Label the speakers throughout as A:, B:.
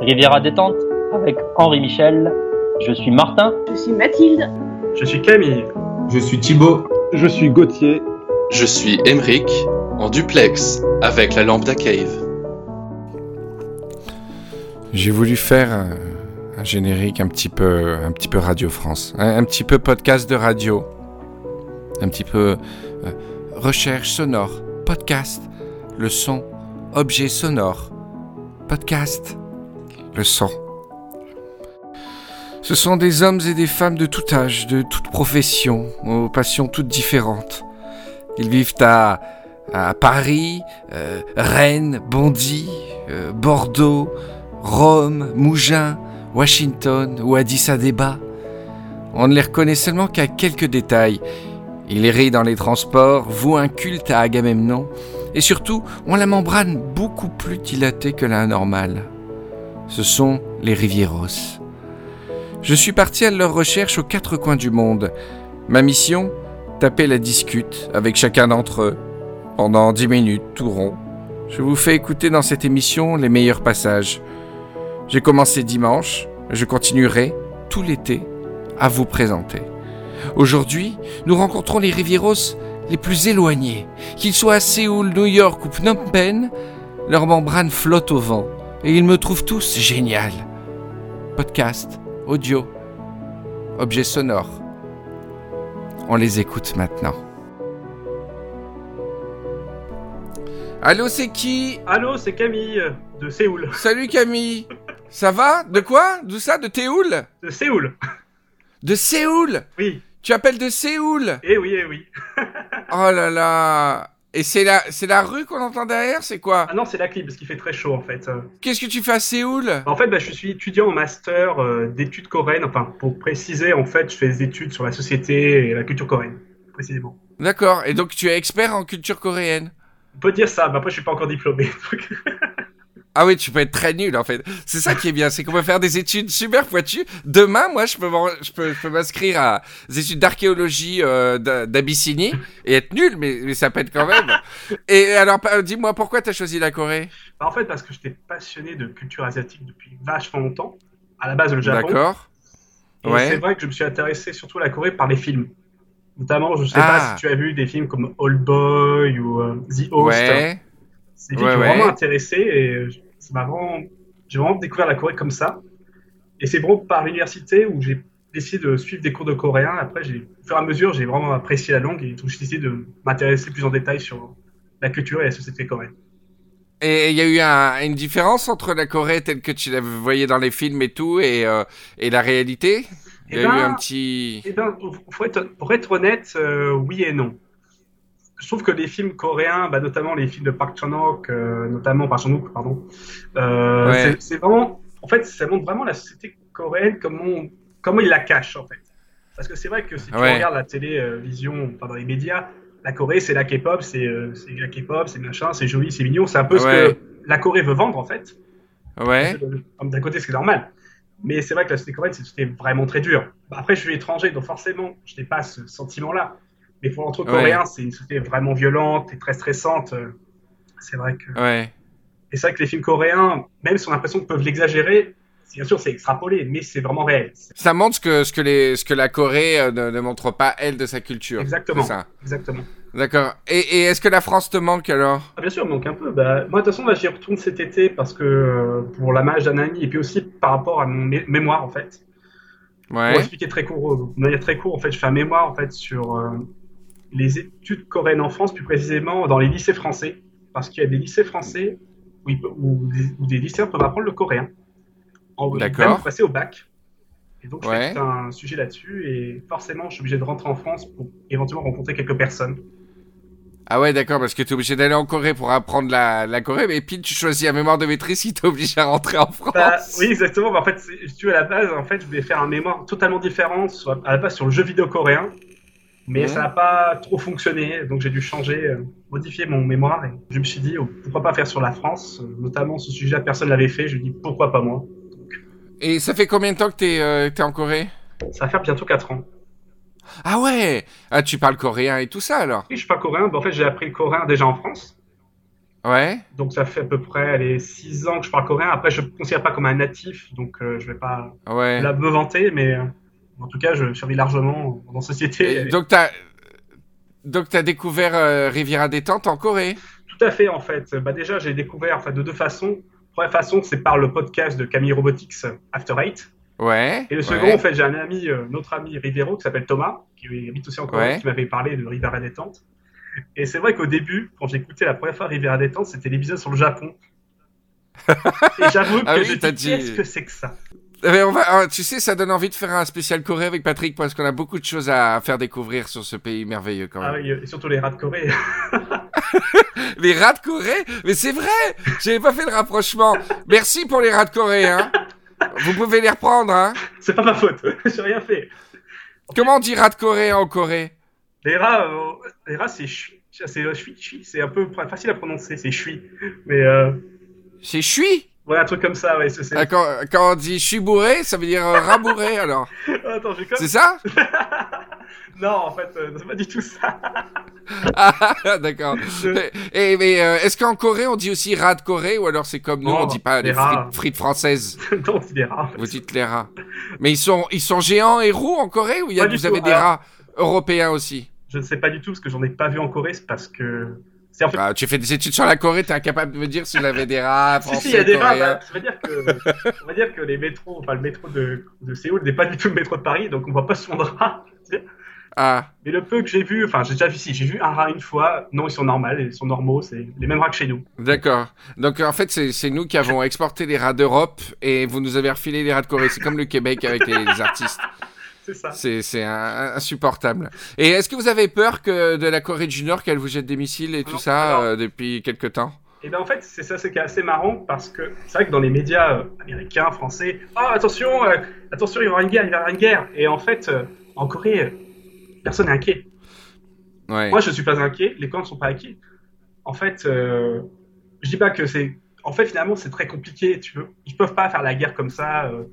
A: Riviera Détente avec Henri Michel. Je suis Martin.
B: Je suis Mathilde.
C: Je suis Camille.
D: Je suis Thibaut.
E: Je suis Gauthier.
F: Je suis Emeric en duplex avec la lampe d'Acave.
G: J'ai voulu faire un, un, générique un petit peu, un petit peu Radio France, un, un petit peu podcast de radio, un petit peu euh, recherche sonore, podcast, le son, objet sonore, podcast, le son. Ce sont des hommes et des femmes de tout âge, de toute profession, aux passions toutes différentes. Ils vivent à, à Paris, euh, Rennes, Bondy, euh, Bordeaux, Rome, Mougins, Washington ou Addis Abeba. On ne les reconnaît seulement qu'à quelques détails. Il rit dans les transports, voue un culte à Agamemnon, et surtout ont la membrane beaucoup plus dilatée que la normale. Ce sont les Rivieros. Je suis parti à leur recherche aux quatre coins du monde. Ma mission Taper la discute avec chacun d'entre eux, pendant dix minutes, tout rond. Je vous fais écouter dans cette émission les meilleurs passages. J'ai commencé dimanche, je continuerai tout l'été à vous présenter. Aujourd'hui, nous rencontrons les Rivieros les plus éloignés. Qu'ils soient à Séoul, New York ou Phnom Penh, leur membrane flotte au vent et ils me trouvent tous génial. Podcast, audio, objets sonores. On les écoute maintenant. Allô, c'est qui
C: Allô, c'est Camille de Séoul.
G: Salut Camille Ça va De quoi D'où ça De Théoul
C: De Séoul.
G: De Séoul
C: Oui.
G: Tu appelles de Séoul
C: Eh oui, eh oui.
G: oh là là Et c'est la, c'est la rue qu'on entend derrière, c'est quoi
C: Ah non, c'est la clim, parce qu'il fait très chaud en fait. Bah,
G: Qu'est-ce que tu fais à Séoul
C: En fait, bah, je suis étudiant en master euh, d'études coréennes. Enfin, pour préciser, en fait, je fais des études sur la société et la culture coréenne, précisément.
G: D'accord. Et donc, tu es expert en culture coréenne
C: On peut dire ça, mais après, je suis pas encore diplômé. Donc...
G: Ah oui, tu peux être très nul en fait. C'est ça qui est bien, c'est qu'on peut faire des études super pointues. Demain, moi, je peux, je peux, je peux m'inscrire à des études d'archéologie euh, d'Abyssinie et être nul, mais, mais, ça pète quand même. et alors, dis-moi, pourquoi tu as choisi la Corée
C: bah En fait, parce que j'étais passionné de culture asiatique depuis vachement longtemps. À la base, le Japon.
G: D'accord.
C: Ouais. C'est vrai que je me suis intéressé surtout à la Corée par les films. Notamment, je ne sais ah. pas si tu as vu des films comme Old Boy ou euh, The Host.
G: Ouais.
C: C'est des ouais, ouais. vraiment intéressé et je Vraiment... j'ai vraiment découvert la Corée comme ça. Et c'est bon par l'université où j'ai décidé de suivre des cours de coréen. Après, j'ai, au fur et à mesure, j'ai vraiment apprécié la langue et donc j'ai décidé de m'intéresser plus en détail sur la culture et la société coréenne.
G: Et il y a eu un, une différence entre la Corée telle que tu la voyais dans les films et tout et, euh, et la réalité
C: Eh
G: Il y a ben, eu un petit.
C: Et ben, faut être, pour être honnête, euh, oui et non je trouve que les films coréens, bah notamment les films de Park Chan-wook, euh, notamment Park Chan-wook, pardon, euh, ouais. c'est vraiment, en fait, ça montre vraiment la société coréenne comment on, comment ils la cachent en fait. Parce que c'est vrai que si tu ouais. regardes la télévision, enfin dans les médias, la Corée c'est la K-pop, c'est euh, la K-pop, c'est machin, c'est joli, c'est mignon, c'est un peu ouais. ce que la Corée veut vendre en fait.
G: Ouais.
C: D'un côté, c'est normal. Mais c'est vrai que la société coréenne, c'était vraiment très dur. Bah, après, je suis étranger, donc forcément, je n'ai pas ce sentiment-là. Mais pour entre coréens, ouais. c'est une société vraiment violente et très stressante. C'est vrai que.
G: Ouais.
C: Et c'est vrai que les films coréens, même si on a l'impression qu'ils peuvent l'exagérer, bien sûr, c'est extrapolé, mais c'est vraiment réel.
G: Ça montre ce que, ce que, les, ce que la Corée euh, ne, ne, montre pas, elle, de sa culture.
C: Exactement.
G: Ça.
C: Exactement.
G: D'accord. Et, et est-ce que la France te manque alors
C: ah, Bien sûr, elle manque un peu. Bah, moi, de toute façon, là, j'y retourne cet été parce que euh, pour la mage d'un ami, et puis aussi par rapport à mon mé mémoire, en fait.
G: Ouais.
C: Pour expliquer très court, euh, de manière très courte, en fait, je fais un mémoire en fait sur euh, les études coréennes en France, plus précisément dans les lycées français, parce qu'il y a des lycées français où, il peut, où, des, où, des, lycéens peuvent apprendre le coréen.
G: D'accord.
C: passer au bac. Et donc, ouais. c'est un sujet là-dessus, et forcément, je suis obligé de rentrer en France pour éventuellement rencontrer quelques personnes.
G: Ah ouais, d'accord, parce que tu es obligé d'aller en Corée pour apprendre la, la Corée, mais puis tu choisis un mémoire de maîtrise qui t'oblige à rentrer en France.
C: Bah, oui, exactement. Bah, en fait, tu à la base, en fait, je vais faire un mémoire totalement différent, soit à la base sur le jeu vidéo coréen, mais mmh. ça n'a pas trop fonctionné, donc j'ai dû changer, euh, modifier mon mémoire. Et je me suis dit, oh, pourquoi pas faire sur la France euh, Notamment, ce sujet-là, personne ne l'avait fait. Je me dis, pourquoi pas moi donc...
G: Et ça fait combien de temps que tu es, euh, es, en Corée
C: Ça va faire bientôt 4 ans.
G: Ah ouais Ah, tu parles coréen et tout ça alors
C: Bah, Oui, je parle coréen. Bon, en fait, j'ai appris le coréen déjà en France.
G: Ouais.
C: Donc ça fait à peu près les 6 ans que je parle coréen. Après, je ne me considère pas comme un natif, donc euh, je vais pas
G: Ouais.
C: la me vanter, mais euh, en tout cas, je survis largement dans la société.
G: Et donc t'as donc t'as découvert euh, Riviera détente en Corée.
C: Tout à fait, en fait. Bah, déjà, j'ai découvert enfin, de deux façons. Première façon, c'est par le podcast de Camille Robotics euh, After Eight.
G: Ouais.
C: Et le second, en fait, j'ai un ami, euh, notre ami Rivero, qui s'appelle Thomas, qui habite aussi en Corée,
G: Ouais.
C: qui m'avait parlé de Riviera Détente. Et c'est vrai qu'au début, quand j'écoutais la première fois Riviera Détente, c'était l'épisode sur le Japon. Et j'avoue
G: Ah
C: que
G: oui,
C: j'ai
G: t'as
C: dit,
G: dit-
C: qu'est-ce que c'est que ça
G: Eh ben, on va, ah, tu sais, ça donne envie de faire un spécial Corée avec Patrick parce qu'on a beaucoup de choses à faire découvrir sur ce pays merveilleux quand
C: Ah
G: même.
C: oui, et surtout les rats de Corée.
G: Les rats de Corée Mais c'est vrai J'avais pas fait le rapprochement. Merci pour les rats de Corée, hein. Vous pouvez les reprendre, hein.
C: c'est pas ma faute, j'ai rien fait.
G: Comment on dit rats de Corée en Corée
C: Les rats, euh, les rats c'est chui, c'est euh, chui, chui, c'est un peu facile à prononcer, c'est chui. Mais euh,
G: C'est chui
C: ouais, un truc comme ça, ouais. c'est- c'est-
G: Ah, quand, quand on dit chui bourré, ça veut dire euh, rat bourré, alors.
C: Attends, j'ai comme...
G: C'est ça
C: Non, en fait, euh, c'est pas du tout ça.
G: Ah, d'accord. Et, et- mais euh, est-ce qu'en Corée, on dit aussi rat de Corée ou alors c'est comme nous,
C: Non,
G: on dit pas
C: les
G: les
C: rats.
G: frites, frites françaises
C: non, c'est des rats. en fait.
G: Vous dites les rats. Mais ils sont, ils sont géants et roux en Corée ou il y a,
C: Pas du
G: vous
C: tout,
G: avez des
C: alors.
G: rats européens aussi
C: Je ne sais pas du tout parce que j'en ai pas vu en Corée, c'est parce que c'est en fait.
G: Bah, Tu fais des études sur la Corée, t'es incapable de me dire s'il avait des rats
C: si
G: français,
C: si, il y a des rats.
G: coréens.
C: bah, ça veut dire que, on va dire que les métros, enfin le métro de, de Séoul n'est pas du tout le métro de Paris, donc on voit pas souvent de rats.
G: Ah,
C: Mais le peu que j'ai vu, enfin j'ai déjà vu si j'ai vu un rat une fois. Non, ils sont normaux, ils sont normaux, c'est les mêmes rats que chez nous.
G: d'accord. Donc en fait, c'est c'est nous qui avons exporté les rats d'Europe et vous nous avez refilé les rats de Corée. C'est comme le Québec avec les, les artistes.
C: C'est ça.
G: C'est c'est un- insupportable. Et est-ce que vous avez peur que de la Corée du Nord qu'elle vous jette des missiles et tout
C: Non,
G: ça
C: non.
G: euh, depuis quelque temps
C: Et ben en fait, c'est ça, c'est qui est assez marrant parce que c'est vrai que dans les médias euh, américains, français, ah attention, euh, attention, il va y aura une guerre, il va y aura une guerre. Et en fait, euh, en Corée, euh, personne n'est inquiet.
G: Ouais.
C: Moi, je suis pas inquiet. Les camps ne sont pas inquiets. En fait, euh, je dis pas que c'est. En fait, finalement, c'est très compliqué. Tu veux, ils peuvent pas faire la guerre comme ça. euh,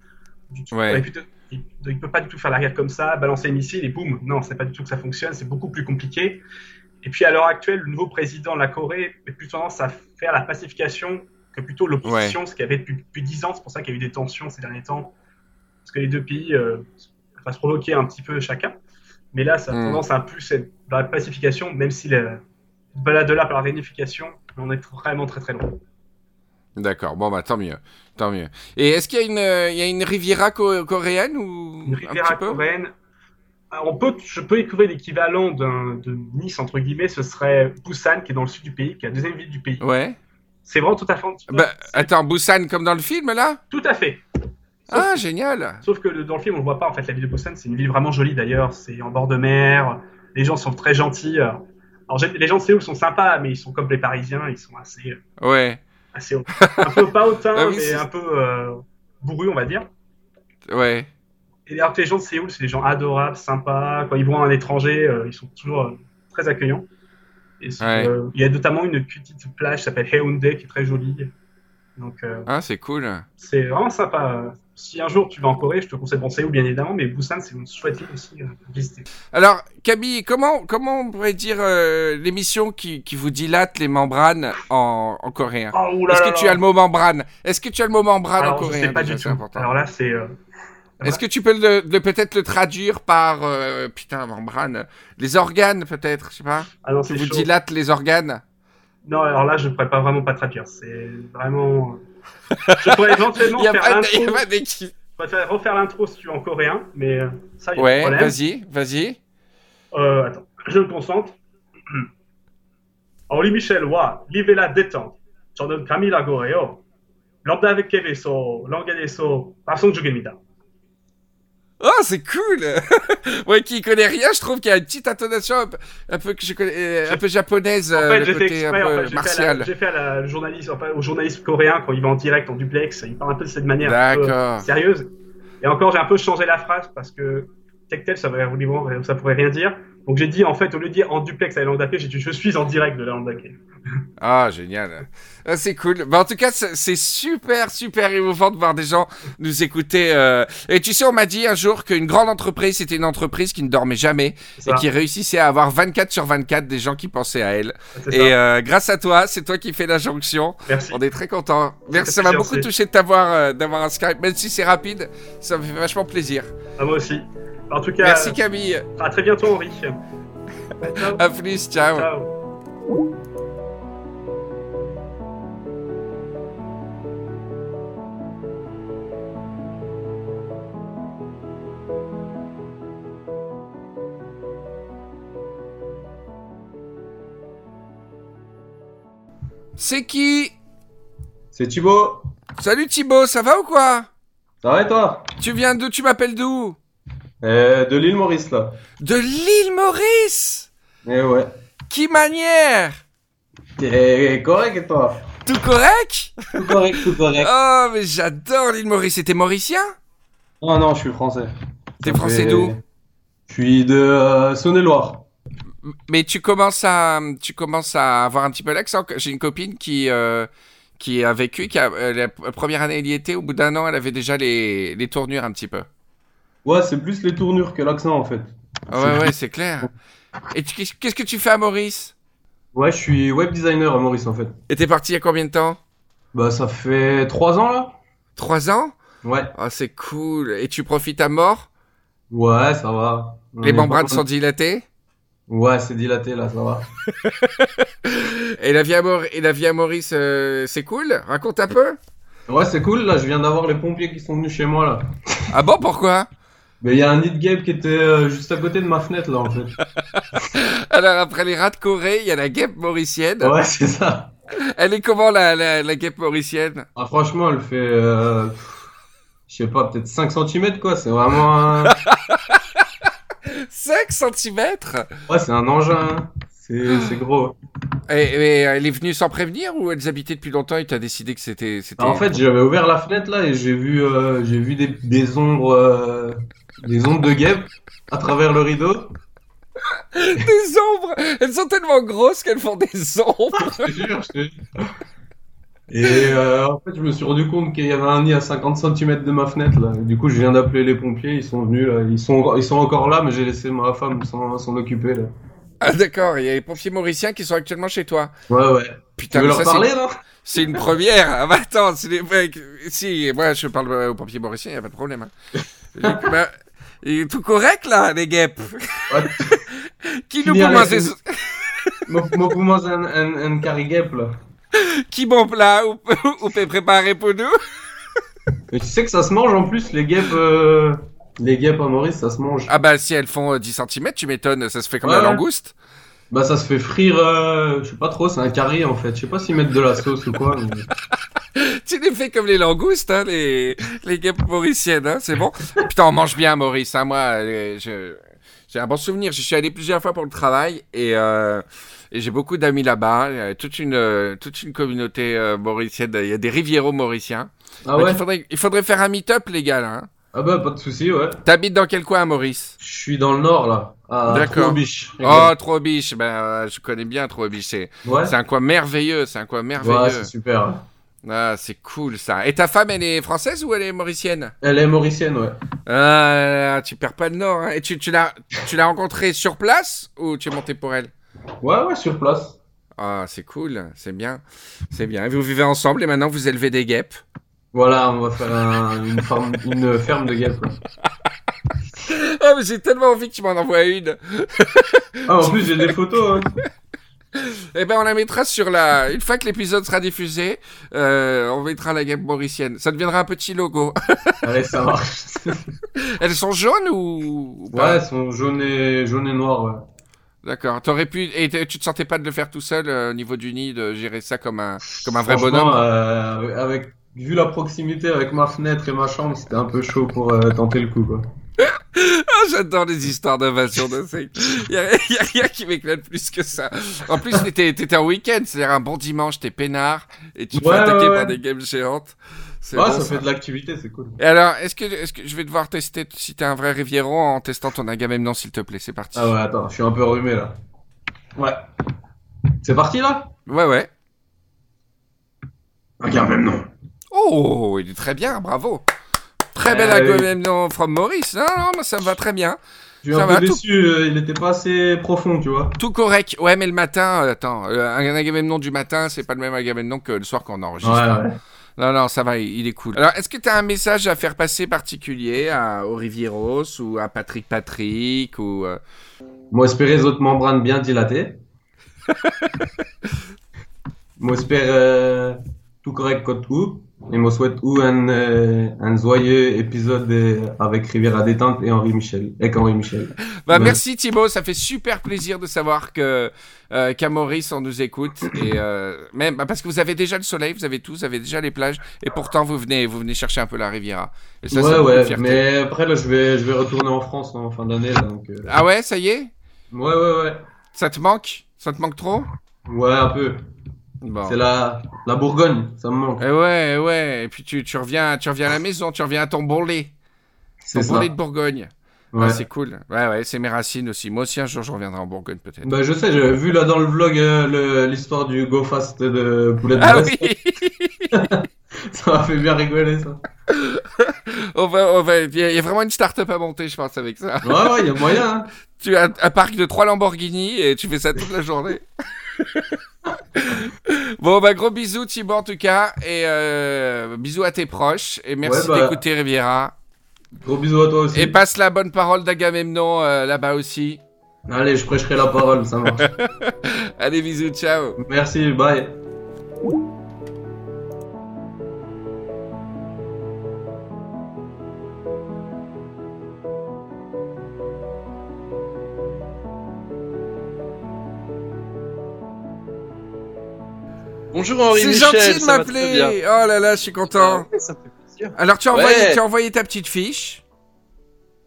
C: du tout.
G: Ouais.
C: Et puis, de- ils, ils peuvent pas du tout faire la guerre comme ça, balancer les missiles et boum. Non, c'est pas du tout que ça fonctionne. C'est beaucoup plus compliqué. Et puis, à l'heure actuelle, le nouveau président de la Corée a plus tendance à faire la pacification que plutôt l'opposition, ce qu'il y avait depuis, depuis 10 ans. C'est pour ça qu'il y a eu des tensions ces derniers temps. Parce que les deux pays euh, va se provoquer un petit peu chacun. Mais là, ça a
G: Mm.
C: tendance à plus être dans la pacification, même si la balade de là par la réunification, on est vraiment très très loin.
G: D'accord. Bon bah tant mieux, tant mieux. Et est-ce qu'il y a une, euh, il y a une Riviera co- coréenne ou
C: Une
G: un
C: rivière
G: petit peu
C: coréenne. Alors, ah, on peut, je peux y trouver l'équivalent d'un- de Nice, entre guillemets, ce serait Busan, qui est dans le sud du pays, qui est la deuxième ville du pays.
G: Ouais.
C: C'est vraiment tout à fait.
G: Bah, attends, Busan comme dans le film là
C: Tout à fait.
G: Ah génial.
C: Sauf que le- dans le film, on le voit pas en fait la ville de Busan. C'est une ville vraiment jolie d'ailleurs. C'est en bord de mer. Les gens sont très gentils. Alors j'aime- les gens de Séoul sont sympas, mais ils sont comme les Parisiens. Ils sont assez
G: Ouais.
C: assez haut. un peu pas hautain,
G: Ah oui,
C: mais
G: c'est-
C: un peu euh, bourru, on va dire.
G: Ouais.
C: Et alors que les gens de Séoul, c'est des gens adorables, sympas. Quand ils voient un étranger, euh, ils sont toujours euh, très accueillants. Et c'est,
G: Ouais.
C: euh, il y a notamment une petite plage qui s'appelle Haeundae, qui est très jolie. Donc euh,
G: Ah c'est cool.
C: c'est vraiment sympa. Si un jour tu vas en Corée, je te conseille de Séoul, bien évidemment, mais Busan, c'est une chouette ville aussi euh, à visiter.
G: Alors Camille, comment comment on pourrait dire euh, l'émission qui, qui vous dilate les membranes en, en coréen
C: Oh, oulala.
G: Est-ce que tu as le mot membrane Est-ce que tu as le mot membrane
C: Alors,
G: en
C: je
G: coréen
C: sais pas
G: hein, déjà,
C: du
G: c'est
C: tout.
G: important.
C: Alors là, c'est euh,
G: Est-ce que tu peux le, le- peut-être le traduire par euh, putain membrane les organes peut-être, je sais pas.
C: ah non,
G: Tu
C: c'est
G: vous
C: chaud.
G: dilates les organes.
C: Non, alors là, je pourrais pas vraiment pas traduire. C'est vraiment. euh, Je pourrais éventuellement
G: Il y a
C: faire
G: pas, il y a
C: l'intro.
G: pas d'équipe.
C: Je préfère refaire l'intro si tu veux en coréen, mais euh, ça, il y a
G: Ouais,
C: pas de problème.
G: vas-y, vas-y.
C: Euh, attends, je me concentre. Oli Michel, wa, livela détente. 저는 감이라 그래요. 럽다베케베소, 런게데소, 박성주입니다.
G: Oh, c'est cool. Moi qui connais rien, je trouve qu'il y a une petite intonation un peu, un peu que je connais, un peu japonaise,
C: En
G: euh,
C: fait,
G: le
C: j'ai fait
G: côté
C: exprès,
G: un
C: en
G: peu
C: fait, j'ai fait, à la-
G: martial.
C: j'ai fait à la journaliste, enfin, au journaliste coréen quand il va en direct, en duplex, il parle un peu de cette manière un peu euh,
G: D'accord.
C: sérieuse. Et encore, j'ai un peu changé la phrase parce que Tectel, ça, va- ça pourrait rien dire. Donc j'ai dit, en fait, au lieu de dire en duplex à la Lambda Cave, j'ai dit je suis en direct de la Lambda Cave.
G: Ah, génial. Ah, c'est cool. Bah, en tout cas, c'est c'est super, super émouvant de voir des gens nous écouter. euh. Et tu sais, on m'a dit un jour qu'une grande entreprise, c'était une entreprise qui ne dormait jamais
C: C'est
G: et
C: ça,
G: qui réussissait à avoir 24 sur 24 des gens qui pensaient à elle.
C: c'est ça.
G: Et euh, grâce à toi, c'est toi qui fais la jonction.
C: Merci.
G: On est très contents. Merci,
C: fait
G: ça m'a
C: plaisir,
G: beaucoup
C: c'est-
G: touché de t'avoir, euh, d'avoir un Skype. Même si c'est rapide, ça me fait vachement plaisir.
C: À moi aussi. En tout cas,
G: Merci Ah, Camille.
C: à très bientôt, Henri. Ciao.
G: À plus, ciao.
C: Ciao.
G: C'est qui
B: C'est Thibaut.
G: Salut Thibaut, ça va ou quoi
B: Ça va et toi
G: Tu viens d'où Tu m'appelles d'où
B: Euh, De l'île Maurice là.
G: De l'île Maurice
B: Eh ouais.
G: Qui manière
B: T'es correct et toi
G: Tout correct
B: Tout correct, tout correct.
G: Oh, mais j'adore l'île Maurice. Et t'es mauricien
B: Non, Ah non, je suis français.
G: T'es
B: Ça
G: français
B: fait-
G: d'où
B: Je suis de euh, Saône-et-Loire.
G: Mais tu commences à, tu commences à avoir un petit peu l'accent. J'ai une copine qui, euh, qui a vécu, qui a, euh, la p- première année elle y était, au bout d'un an elle avait déjà les, les tournures un petit peu.
B: Ouais, c'est plus les tournures que l'accent en fait.
G: Ah ouais, ouais, c'est clair. Et tu- qu'est-ce qu'est-ce que tu fais à Maurice
B: Ouais, je suis web designer à Maurice en fait.
G: Et t'es parti il y a combien de temps
B: Bah, ça fait 3 ans là
G: Trois ans
B: Ouais.
G: Ah, c'est cool. Et tu profites à mort
B: Ouais, ça va. On
G: Les
B: est hein.
G: membranes
B: pas-
G: sont dilatées
B: Ouais, c'est dilaté là, ça va.
G: Et la vie à, Maur- et la vie à Maurice, euh, c'est cool Raconte un peu.
B: Ouais, c'est cool là, je viens d'avoir les pompiers qui sont venus chez moi là.
G: Ah bon, pourquoi
B: Mais il y a un nid de guêpes qui était euh, juste à côté de ma fenêtre là en fait.
G: Alors, après les rats de Corée, il y a la guêpe mauricienne.
B: Ouais, c'est ça.
G: Elle est comment, la, la, la guêpe mauricienne
B: Ah, franchement, elle fait, euh, je sais pas, peut-être 5 cm quoi. C'est vraiment un...
G: 5 cm
B: Ouais, c'est un engin. hein.
G: Ah.
B: C'est c'est gros.
G: et, et elle est venue sans prévenir ou elles habitaient depuis longtemps et t'as décidé que c'était... c'était-
B: Ah, en fait, j'avais ouvert la fenêtre là et j'ai vu, euh, j'ai vu des, des ombres, euh, des ombres de guêpes à travers le rideau.
G: Des ombres Elles sont tellement grosses qu'elles font des ombres
B: Je te jure, je te jure. Et euh, en fait, je me suis rendu compte qu'il y avait un nid à 50 cm de ma fenêtre là. Et du coup, je viens d'appeler les pompiers. Ils sont venus là. Ils sont, ils sont encore là, mais j'ai laissé ma femme s'en s'en occuper là.
G: Ah d'accord, il y a les pompiers mauriciens qui sont actuellement chez toi.
B: Ouais, ouais. Tu
G: Putain,
B: veux
G: mais
B: leur
G: ça, c'est-
B: parler là
G: c'est une première Ah bah attends, c'est les mecs... Si, moi je parle euh, aux pompiers mauriciens, il a pas de problème. hein. Donc, bah, il est tout correct là, les guêpes
B: Ouais.
G: Qui nous
B: Finir
G: commence
B: les-
G: des-
B: Moi, moi, pour moi, c'est un, un, un carigep, là.
G: Qui bon plat ou, ou peut préparer pour nous
B: Mais tu sais que ça se mange en plus, les guêpes. euh, Les guêpes à Maurice, ça se mange.
G: Ah bah si elles font euh, 10 cm, tu m'étonnes, ça se fait comme
B: Ouais,
G: la
B: ouais.
G: langouste
B: Bah, ça se fait frire, euh, je sais pas trop, c'est un carré en fait. Je sais pas s'ils mettent de la sauce ou quoi. mais-
G: Tu les fais comme les langoustes, hein, les, les guêpes mauriciennes, hein, c'est bon. Putain, on mange bien à Maurice, hein, moi, euh, je- j'ai un bon souvenir. Je suis allé plusieurs fois pour le travail et, euh, et j'ai beaucoup d'amis là-bas, euh, toute une, euh, toute une communauté euh, mauricienne. Il y a des rivieros mauriciens.
B: Ah
G: Donc,
B: ouais
G: il, faudrait, il faudrait faire un meet-up, les gars, là. Hein.
B: Ah bah, pas de soucis, ouais.
G: T'habites dans quel coin à Maurice
B: Je suis dans le nord là. À
G: D'accord.
B: Troubiche.
G: Oh, Trois-Biches, ben, euh, je connais bien Trois-Biches. C'est
B: Ouais,
G: c'est un coin merveilleux, c'est un coin
B: ouais
G: merveilleux.
B: c'est super.
G: ah, c'est cool, ça. Et ta femme, elle est française ou elle est mauricienne
B: Elle est mauricienne, ouais.
G: Ah, tu perds pas le nord. hein. Et tu, tu l'as, tu l'as rencontrée sur place ou tu es monté pour elle
B: Ouais, ouais, sur place.
G: Ah, c'est cool, c'est bien, c'est bien. Et vous vivez ensemble et maintenant vous élevez des guêpes.
B: Voilà, on va faire un- une, farm- une ferme de guêpes. là.
G: Ah, mais j'ai tellement envie que tu m'en envoies une.
B: Ah, en plus, j'ai des photos. Hein.
G: Eh ben, on la mettra sur la. Une fois que l'épisode sera diffusé, euh, on mettra la guêpe mauricienne. Ça deviendra un petit logo.
B: Allez, ça marche.
G: Elles sont jaunes ou, ou
B: Ouais,
G: pas
B: elles sont jaunes et, jaunes et noires, ouais.
G: D'accord. T'aurais pu. Et t- tu te sentais pas de le faire tout seul euh, au niveau du nid, de gérer ça comme un comme un vrai
B: Franchement,
G: bonhomme.
B: euh, avec, vu la proximité avec ma fenêtre et ma chambre, c'était un peu chaud pour euh, tenter le coup. Quoi.
G: Ah, J'adore les histoires d'invasion d'insectes. Il y a, y a rien qui m'éclate plus que ça. En plus, t'étais, t'étais en week-end, c'est-à-dire un bon dimanche, t'es peinard et tu te
B: Ouais,
G: fais attaquer
B: ouais, ouais.
G: par des games géantes. C'est
B: Ah,
G: bon,
B: ça,
G: ça.
B: fait de l'activité, c'est cool.
G: Et alors, est-ce que, est-ce que je vais devoir tester si t'es un vrai Riviero en testant ton Agamemnon, s'il te plaît C'est parti.
B: Ah ouais, attends, je suis un peu rhumé là. Ouais. C'est parti là
G: ouais, ouais.
B: Regarde même non.
G: Oh, il est très bien, bravo. Très bel
B: Euh,
G: Agamemnon from Maurice. Non, non, moi, ça me va très bien.
B: Je suis
G: Ça
B: un
G: va,
B: peu déçu, euh, il était pas assez profond, tu vois.
G: Tout correct. Ouais, mais le matin, euh, attends, euh, un Agamemnon du matin, c'est pas le même Agamemnon que le soir qu'on
B: Ouais,
G: enregistre.
B: ouais.
G: Non, non, ça va, il il est cool. Alors, est-ce que tu as un message à faire passer particulier à Orivieros ou à Patrick Patrick ou euh,
B: Moi, espérer les autres membranes bien dilatées. Moi, espère euh, tout correct contre tout. Et moi, souhaite ou un, euh, un joyeux épisode euh, avec Rivière à détente et Henri Michel. Avec Henri Michel.
G: Bah,
B: Ouais.
G: Merci Thibaut, ça fait super plaisir de savoir que euh, qu'à Maurice, on nous écoute. Et euh, même bah, parce que vous avez déjà le soleil, vous avez tout, vous avez déjà les plages, et pourtant vous venez, vous venez chercher un peu la Riviera. Et ça, c'est
B: ouais,
G: une
B: ouais.
G: fierté.
B: Mais après, là, je vais, je vais retourner en France hein, en fin d'année. là, Donc, euh,
G: Ah ouais, ça y est,
B: Ouais, ouais, ouais.
G: ça te manque, ça te manque trop.
B: Ouais, un peu.
G: Bon.
B: C'est la, la Bourgogne, ça me manque.
G: Eh ouais, eh ouais. Et puis tu, tu reviens, tu reviens à la maison, tu reviens à ton bon lait, ton
B: C'est
G: bon
B: ça.
G: lait de Bourgogne.
B: Ouais.
G: Ah, c'est cool. Ouais, ouais, c'est mes racines aussi. Moi aussi, un jour, je reviendrai en Bourgogne, peut-être.
B: Bah, je sais, j'avais vu là dans le vlog euh, le- l'histoire du Go Fast de Poulet de
G: Ah
B: Brest.
G: oui
B: Ça m'a fait bien rigoler, ça.
G: on va, on va, Il y a- il y a vraiment une start-up à monter, je pense, avec ça.
B: Ouais, ouais, il y a moyen. hein.
G: Tu as un parc de trois Lamborghini et tu fais ça toute la journée. bon, bah, gros bisous, Thibaut, en tout cas. Et euh, bisous à tes proches. Et merci
B: Ouais, bah.
G: d'écouter Riviera.
B: Gros bisous à toi aussi.
G: Et passe la bonne parole d'Agamemnon euh, là-bas aussi.
B: Allez, je prêcherai la parole, ça marche.
G: Allez, bisous, ciao.
B: Merci, bye.
F: Bonjour Henri
G: C'est
F: Michel.
G: gentil de
F: ça va très bien.
G: m'appeler. Oh là là, je suis content.
D: Ça me fait plaisir.
G: Alors tu as,
F: Ouais.
G: envoyé, tu as envoyé ta petite fiche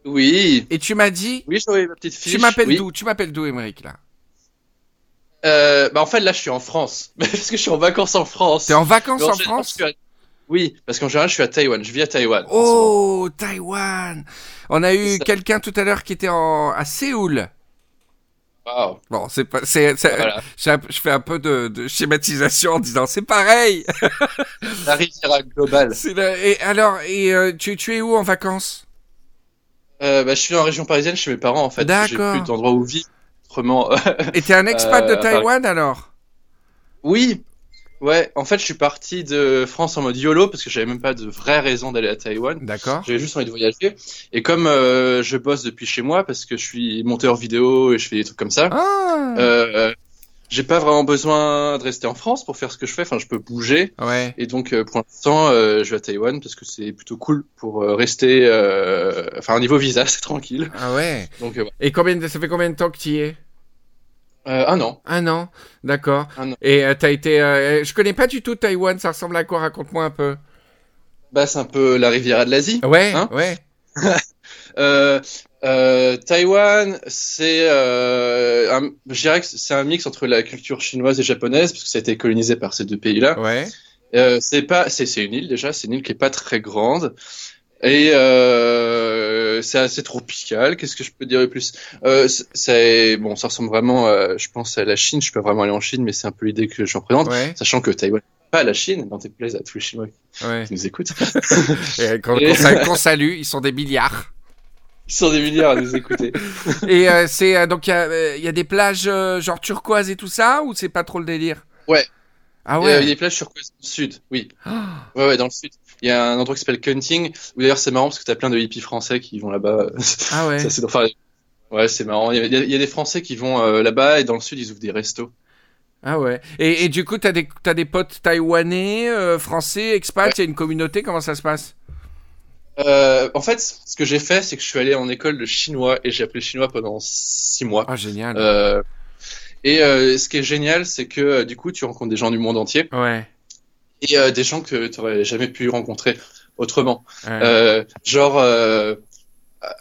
F: Oui.
G: et tu m'as dit.
F: Oui, j'ai envoyé ma petite fiche.
G: tu m'appelles
F: oui.
G: d'où Tu m'appelles d'où, Émeric là
F: Euh, bah en fait là je suis en France, parce que je suis en vacances en France.
G: T'es en vacances
F: Mais en
G: en
F: général, je
G: France
F: suis à- Oui, parce qu'en général je suis à Taïwan, je vis à Taïwan. en ce moment.
G: Oh, Taïwan. On a eu
F: C'est ça.
G: quelqu'un tout à l'heure qui était en... à Séoul.
F: Waouh.
G: Bon, c'est pas, c'est, c'est-
F: Voilà.
G: j'ai un- je fais un peu de, de schématisation en disant c'est pareil.
F: La Riviera globale.
G: C'est la- Et alors, et euh, tu, tu es où en vacances
F: Euh, bah, je suis en région parisienne chez mes parents en fait. J'ai
G: D'accord.
F: plus d'endroit où vivre autrement.
G: Et t'es un expat
F: Euh,
G: de
F: à Paris.
G: Taïwan alors
F: oui. Ouais, en fait je suis parti de France en mode YOLO parce que j'avais même pas de vraie raison d'aller à Taïwan.
G: D'accord.
F: J'avais juste envie de voyager. Et comme euh, je bosse depuis chez moi parce que je suis monteur vidéo et je fais des trucs comme ça,
G: Ah.
F: euh, euh, j'ai pas vraiment besoin de rester en France pour faire ce que je fais. Enfin, je peux bouger.
G: ah Ouais.
F: Et donc euh, pour l'instant, euh, je vais à Taïwan parce que c'est plutôt cool pour euh, rester. euh, Enfin, au niveau visa, c'est tranquille.
G: Ah ouais.
F: Donc euh, ouais.
G: Et combien de- ça fait combien de temps que tu y es
F: Euh, un an.
G: Un an, d'accord.
F: Un an.
G: Et euh, t'as été. euh, je connais pas du tout Taïwan, ça ressemble à quoi Raconte-moi un peu.
F: Bah, c'est un peu la Riviera de l'Asie.
G: Ouais,
F: Hein
G: ouais.
F: Euh, euh, Taïwan, c'est, euh, un- je dirais que c'est un mix entre la culture chinoise et japonaise, parce que ça a été colonisé par ces deux pays-là.
G: Ouais.
F: Euh, c'est pas, c'est, c'est une île déjà, c'est une île qui est pas très grande. Et euh, c'est assez tropical. Qu'est-ce que je peux dire de plus euh, c'est- C'est bon, ça ressemble vraiment, euh, je pense à la Chine. Je peux vraiment aller en Chine, mais c'est un peu l'idée que je représente,
G: Ouais,
F: sachant que Taïwan n'est pas la Chine. N'en déplaise à tous les Chinois
G: ouais.
F: qui nous écoutent.
G: Et Qu'on
F: Et-
G: qu'on sa- qu'on salue, ils sont des milliards.
F: Ils sont des milliards à nous écouter.
G: Et euh, c'est euh, donc il y, a, euh, il y a des plages euh, genre turquoise et tout ça ou c'est pas trop le délire
F: Ouais.
G: Ah
F: Euh, Il y a
G: ouais.
F: des plages sur dans le sud, oui.
G: Ah,
F: Ouais, ouais, dans le sud. Il y a un endroit qui s'appelle Kunting, où d'ailleurs c'est marrant parce que t'as plein de hippies français qui vont là-bas.
G: ah ouais.
F: Ça, c'est- enfin, ouais, c'est marrant. Il y, a, il y a- il y a des Français qui vont euh, là-bas et dans le sud ils ouvrent des restos.
G: Ah ouais. Et, et du coup t'as des t'as des potes taïwanais, euh, français, expats. Il y a une communauté. Comment ça se passe
F: Euh, en fait, ce que j'ai fait, c'est que je suis allé en école de chinois et j'ai appris le chinois pendant six mois.
G: Ah génial.
F: Euh, et euh, ce qui est génial, c'est que euh, du coup tu rencontres des gens du monde entier
G: Ouais.
F: et euh, des gens que t'aurais jamais pu rencontrer autrement.
G: ouais.
F: Euh, genre, euh,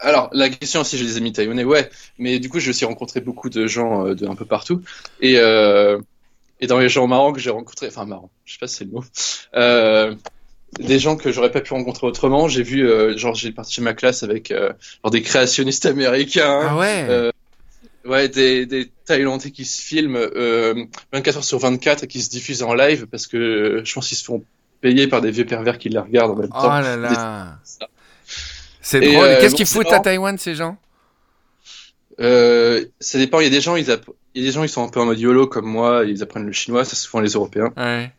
F: alors, la question, si je les ai mis taïwanais, ouais. Mais du coup, j'ai aussi rencontré beaucoup de gens euh, de un peu partout. Et, euh, et dans les gens marrants que j'ai rencontrés, enfin marrants, je sais pas si c'est le mot, euh, des gens que j'aurais pas pu rencontrer autrement. J'ai vu, euh, genre, j'ai parti chez ma classe avec euh, genre des créationnistes américains.
G: Ah ouais
F: Euh, ouais, des, des Thaïlandais qui se filment euh, 24 heures sur 24 et qui se diffusent en live parce que euh, je pense qu'ils se font payer par des vieux pervers qui les regardent en même
G: Oh
F: temps.
G: là là
F: Ça.
G: C'est
F: Et,
G: drôle.
F: euh,
G: Qu'est-ce
F: bon,
G: qu'ils
F: c'est
G: foutent à
F: marrant.
G: Taïwan, ces gens
F: Euh, ça dépend. Il y a des gens, ils app- il y a des gens, ils sont un peu en mode YOLO comme moi. Ils apprennent le chinois. C'est souvent les Européens.
G: Ouais.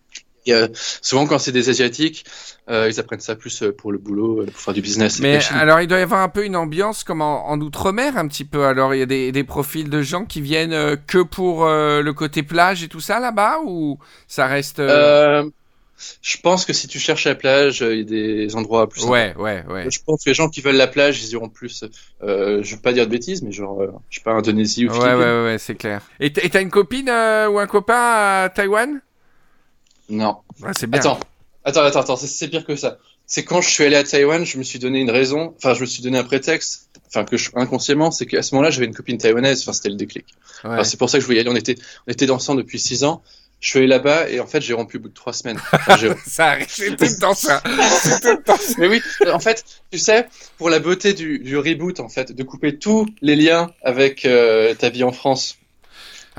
F: Et, euh, souvent, quand c'est des Asiatiques, euh, ils apprennent ça plus euh, pour le boulot, euh, pour faire du business. Et
G: Mais euh,
F: la Chine,
G: alors, il doit y avoir un peu une ambiance comme en, en Outre-mer, un petit peu. Alors, il y a des, des profils de gens qui viennent euh, que pour euh, le côté plage et tout ça là-bas ou ça reste. euh,
F: Euh, je pense que si tu cherches la plage, euh, il y a des endroits plus.
G: ouais, ouais, ouais.
F: sympas. Je pense que les gens qui veulent la plage, ils iront plus. Euh, je veux pas dire de bêtises, mais genre, euh, je sais pas, Indonésie ou
G: Ouais, ouais,
F: Philippines.
G: ouais, ouais, c'est clair. Et t- et t'as une copine euh, ou un copain à Taïwan
F: Non.
G: Ouais, C'est bien.
F: Attends, attends, attends, attends, c'est- c'est pire que ça. C'est quand je suis allé à Taïwan, je me suis donné une raison, enfin, je me suis donné un prétexte, enfin, que je, inconsciemment, c'est qu'à ce moment-là, j'avais une copine taïwanaise, enfin, c'était le déclic.
G: Ouais.
F: Enfin, Ah, c'est pour ça que je voulais y aller, on était, on était dansant depuis 6 ans, je suis allé là-bas, et en fait, j'ai rompu au bout de 3 semaines. Enfin, j'ai-
G: Ça arrive, c'est tout le temps ça.
F: Mais oui, en fait, tu sais, pour la beauté du, du reboot, en fait, de couper tous les liens avec euh, ta vie en France.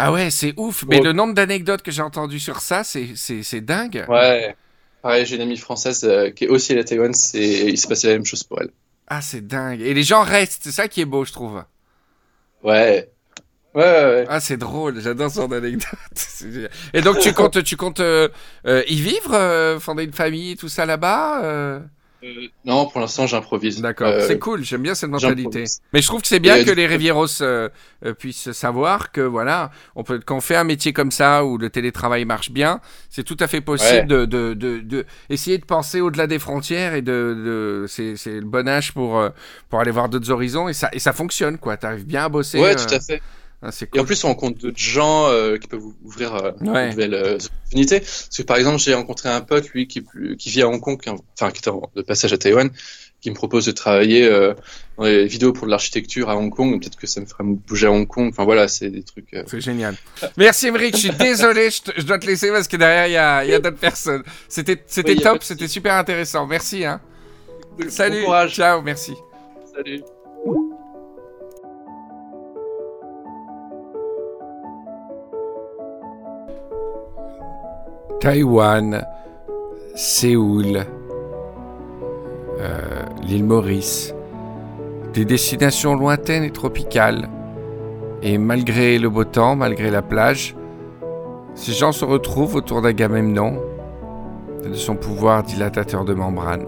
G: Ah ouais, c'est ouf. Mais
F: Ouais.
G: le nombre d'anecdotes que j'ai entendues sur ça, c'est- c'est c'est dingue.
F: Ouais. Pareil, j'ai une amie française euh, qui est aussi allée à Taïwan, c'est, il se passait la même chose pour elle.
G: Ah, c'est dingue. Et les gens restent, c'est ça qui est beau, je trouve.
F: Ouais. Ouais, ouais, ouais.
G: Ah, c'est drôle, j'adore son anecdote. C'est génial. Et donc, tu comptes, tu comptes euh, euh, y vivre, euh, fonder une famille, tout ça là-bas euh
F: Euh, non, pour l'instant, j'improvise.
G: D'accord,
F: Euh,
G: c'est cool, j'aime bien cette
F: j'improvise.
G: mentalité. Mais je trouve que c'est bien
F: Et, euh,
G: que
F: du
G: les
F: coup-
G: Rivieros euh, euh, puissent savoir que voilà, on peut quand on fait un métier comme ça où le télétravail marche bien, c'est tout à fait
F: Ouais.
G: possible de, de, de, de essayer de penser au-delà des frontières et de, de c'est c'est le bon âge pour euh, pour aller voir d'autres horizons et ça et ça fonctionne quoi. T'arrives bien à bosser.
F: Ouais,
G: euh,
F: tout à fait.
G: ah, c'est
F: Et
G: cool.
F: en plus, on rencontre d'autres gens euh, qui peuvent vous ouvrir euh, de
G: Ouais.
F: nouvelles euh, opportunités. Parce que par exemple, j'ai rencontré un pote, lui, qui, est plus- qui vit à Hong Kong, qui est en- enfin, qui est en- de passage à Taïwan, qui me propose de travailler euh, dans les vidéos pour de l'architecture à Hong Kong. Peut-être que ça me fera bouger à Hong Kong. Enfin voilà, c'est des trucs. euh,
G: C'est génial. Merci Emeric, je suis désolé, je, te- je dois te laisser parce que derrière il y a, il y a d'autres personnes. C'était c'était
F: Oui, il y a pas
G: top,
F: de
G: c'était super intéressant. Merci hein.
F: cool.
G: Salut.
F: Bon courage.
G: Ciao, merci.
F: Salut.
G: Taïwan, Séoul, euh, l'île Maurice, des destinations lointaines et tropicales. Et malgré le beau temps, malgré la plage, ces gens se retrouvent autour d'Agamemnon et de son pouvoir dilatateur de membrane.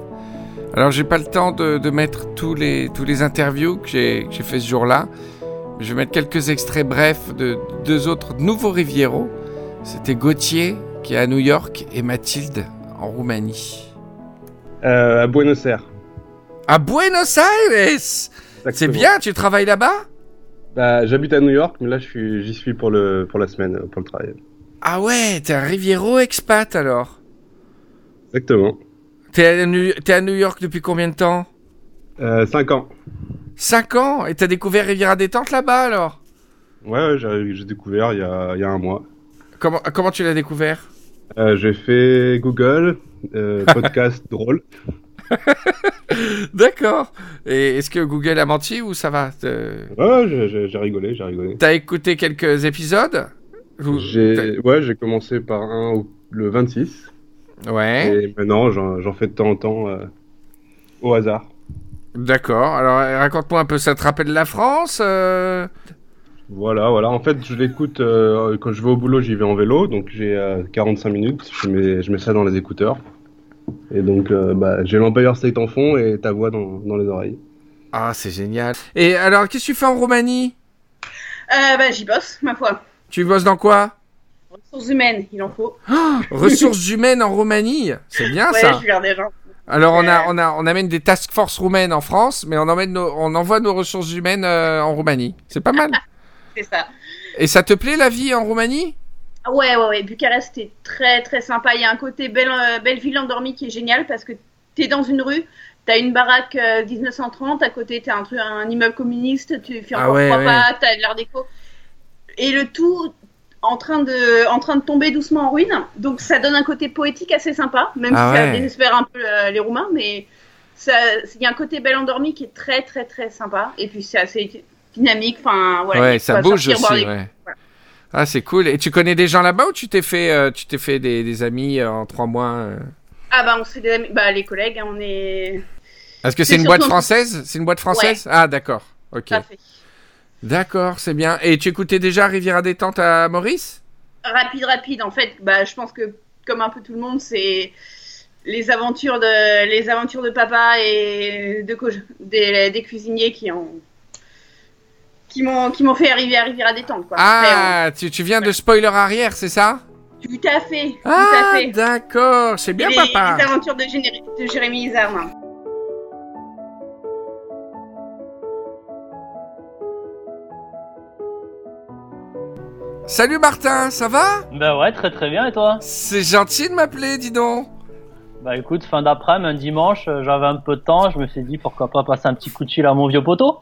G: Alors j'ai pas le temps de, de mettre tous les, tous les interviews que j'ai, que j'ai fait ce jour-là, mais je vais mettre quelques extraits brefs de deux autres nouveaux Rivieros c'était Gauthier qui est à New York et Mathilde en Roumanie.
D: Euh, à Buenos Aires.
G: À Buenos Aires C'est
D: Exactement.
G: bien, tu travailles là-bas
D: Bah, J'habite à New York, mais là je suis- j'y suis pour, le, pour la semaine, euh, pour le travail.
G: Ah ouais, t'es un Riviero expat alors
D: Exactement.
G: T'es à, Nu- t'es à New York depuis combien de temps
D: Euh, 5 ans.
G: 5 ans Et t'as découvert Riviera Détente là-bas alors
D: Ouais, ouais, j'ai j'ai découvert il y a, il y a un mois.
G: comment, comment tu l'as découvert
D: Euh, j'ai fait Google, euh, podcast drôle.
G: D'accord Et est-ce que Google a menti ou ça va T'es-
D: Ouais, ouais, j'ai- j'ai j'ai rigolé, j'ai rigolé.
G: T'as écouté quelques épisodes Ou-
D: J'ai ouais, j'ai commencé par un au- le 26
G: t'as- Ouais,
D: et maintenant j'en j'en fais de temps en temps euh, au hasard.
G: d'accord. Alors raconte-moi un peu, ça te rappelle la France euh
D: Voilà, voilà. En fait, je l'écoute euh, quand je vais au boulot, j'y vais en vélo, donc j'ai euh, 45 minutes. Je mets, je mets ça dans les écouteurs. Et donc, euh, bah, j'ai l'employeur state en fond et ta voix dans, dans les oreilles.
G: Ah, c'est génial. Et alors, qu'est-ce que tu fais en Roumanie
E: Euh, bah, j'y bosse, ma foi.
G: Tu bosses dans quoi
E: Ressources humaines, il en faut.
G: Ressources humaines en Roumanie C'est bien
E: ouais,
G: Ah, ça.
E: je gère des gens.
G: Alors on a
E: Ouais.
G: on a on amène des task force roumaines en France, mais on emmène nos- on envoie nos ressources humaines euh, en Roumanie. C'est pas mal.
E: C'est ça.
G: Et ça te plaît la vie en Roumanie
E: Ah Ouais, ouais, ouais. Bucarest, c'était très, très sympa. Il y a un côté belle, euh, belle ville endormie qui est génial parce que t'es dans une rue, T'as une baraque euh, 1930, à côté t'as un, truc- un immeuble communiste, tu fais
G: Ah
E: encore
G: ouais,
E: trois
G: ouais.
E: pas, t'as de l'art déco. Et le tout en train, de, en train de tomber doucement en ruine. Donc ça donne un côté poétique assez sympa, même
G: Ah
E: si ça
G: ouais.
E: désespère un peu euh, les Roumains, mais ça- il y a un côté bel endormi qui est très très très sympa. Et puis c'est assez dynamique, enfin voilà.
G: ouais,
E: tu
G: ça
E: vas
G: bouge
E: sortir
G: aussi,
E: boire des
G: ouais. Ah, c'est cool. Et tu connais des gens là-bas ou tu t'es fait, euh, tu t'es fait des, des amis euh, en trois mois euh
E: Ah bah on se fait des amis, bah les collègues, hein, on est
G: Est-ce que
E: C'est
G: c'est une
E: surtout
G: boîte
E: un-
G: française C'est une boîte française Ah, d'accord. Ok.
E: tout à fait.
G: D'accord, c'est bien. Et tu écoutais déjà Riviera détente à Maurice
E: Rapide, rapide, en fait, bah je pense que comme un peu tout le monde, c'est les aventures de les aventures de papa et de co- des, des cuisiniers qui ont qui m'ont qui m'ont fait arriver arriver à détendre quoi. Après,
G: Ah, tu, tu viens de spoiler arrière, c'est ça
E: on- tout à fait, tout à
G: Ah,
E: fait. Eh
G: d'accord. C'est bien,
E: les,
G: papa.
E: les aventures de, Géné- de Jérémy Izard.
G: Salut Martin, ça va
A: Bah ouais, très très bien, et toi
G: C'est gentil de m'appeler, dis donc.
A: Bah écoute, fin d'après-midi, un dimanche, euh, j'avais un peu de temps, je me suis dit pourquoi pas passer un petit coup de fil à mon vieux poteau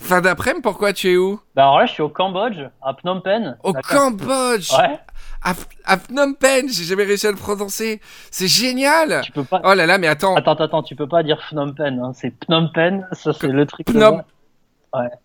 G: Fin d'après-midi, pourquoi tu es où
A: Bah alors là, je suis au Cambodge, à Phnom Penh.
G: Au
A: D'accord.
G: Cambodge,
A: Ouais,
G: à, à Phnom Penh, j'ai jamais réussi à le prononcer. C'est génial.
A: tu peux pas...
G: Oh là là, mais attends,
A: Attends, attends, tu peux pas dire Phnom Penh, hein. c'est Phnom Penh, ça c'est le truc... de-
G: Phnom.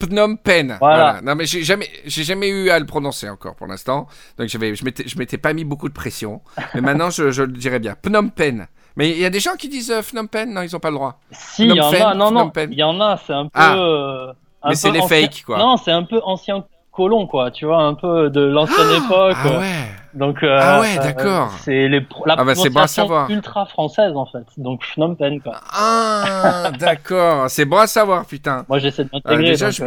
G: Phnom Penh. Voilà.
A: Voilà.
G: Non, mais j'ai jamais, j'ai jamais eu à le prononcer encore pour l'instant. Donc j'avais, je m'étais, je m'étais pas mis beaucoup de pression. Mais maintenant, je, je le dirais bien. Phnom Penh. Mais il y a des gens qui disent euh, Phnom Penh. Non, ils ont pas le droit.
A: Si, il y en
G: Phnom
A: a,
G: Penh,
A: non,
G: Phnom
A: non,
G: Penh.
A: il y en a, c'est un peu...
G: Ah.
A: euh, un
G: Mais c'est
A: peu
G: les
A: ancien-
G: fakes, quoi.
A: Non, c'est un peu ancien colon, quoi, tu vois, un peu de l'ancienne époque.
G: Ah ouais.
A: Donc, euh,
G: Ah ouais,
A: euh,
G: d'accord.
A: c'est les pro- la
G: Ah bah, c'est bon à
A: prononciation
G: savoir.
A: ultra française en fait. Donc Phnom Penh quoi.
G: Ah, d'accord. C'est bon à savoir, putain.
A: Moi j'essaie de m'intégrer.
G: Ah, déjà,
A: donc,
G: je-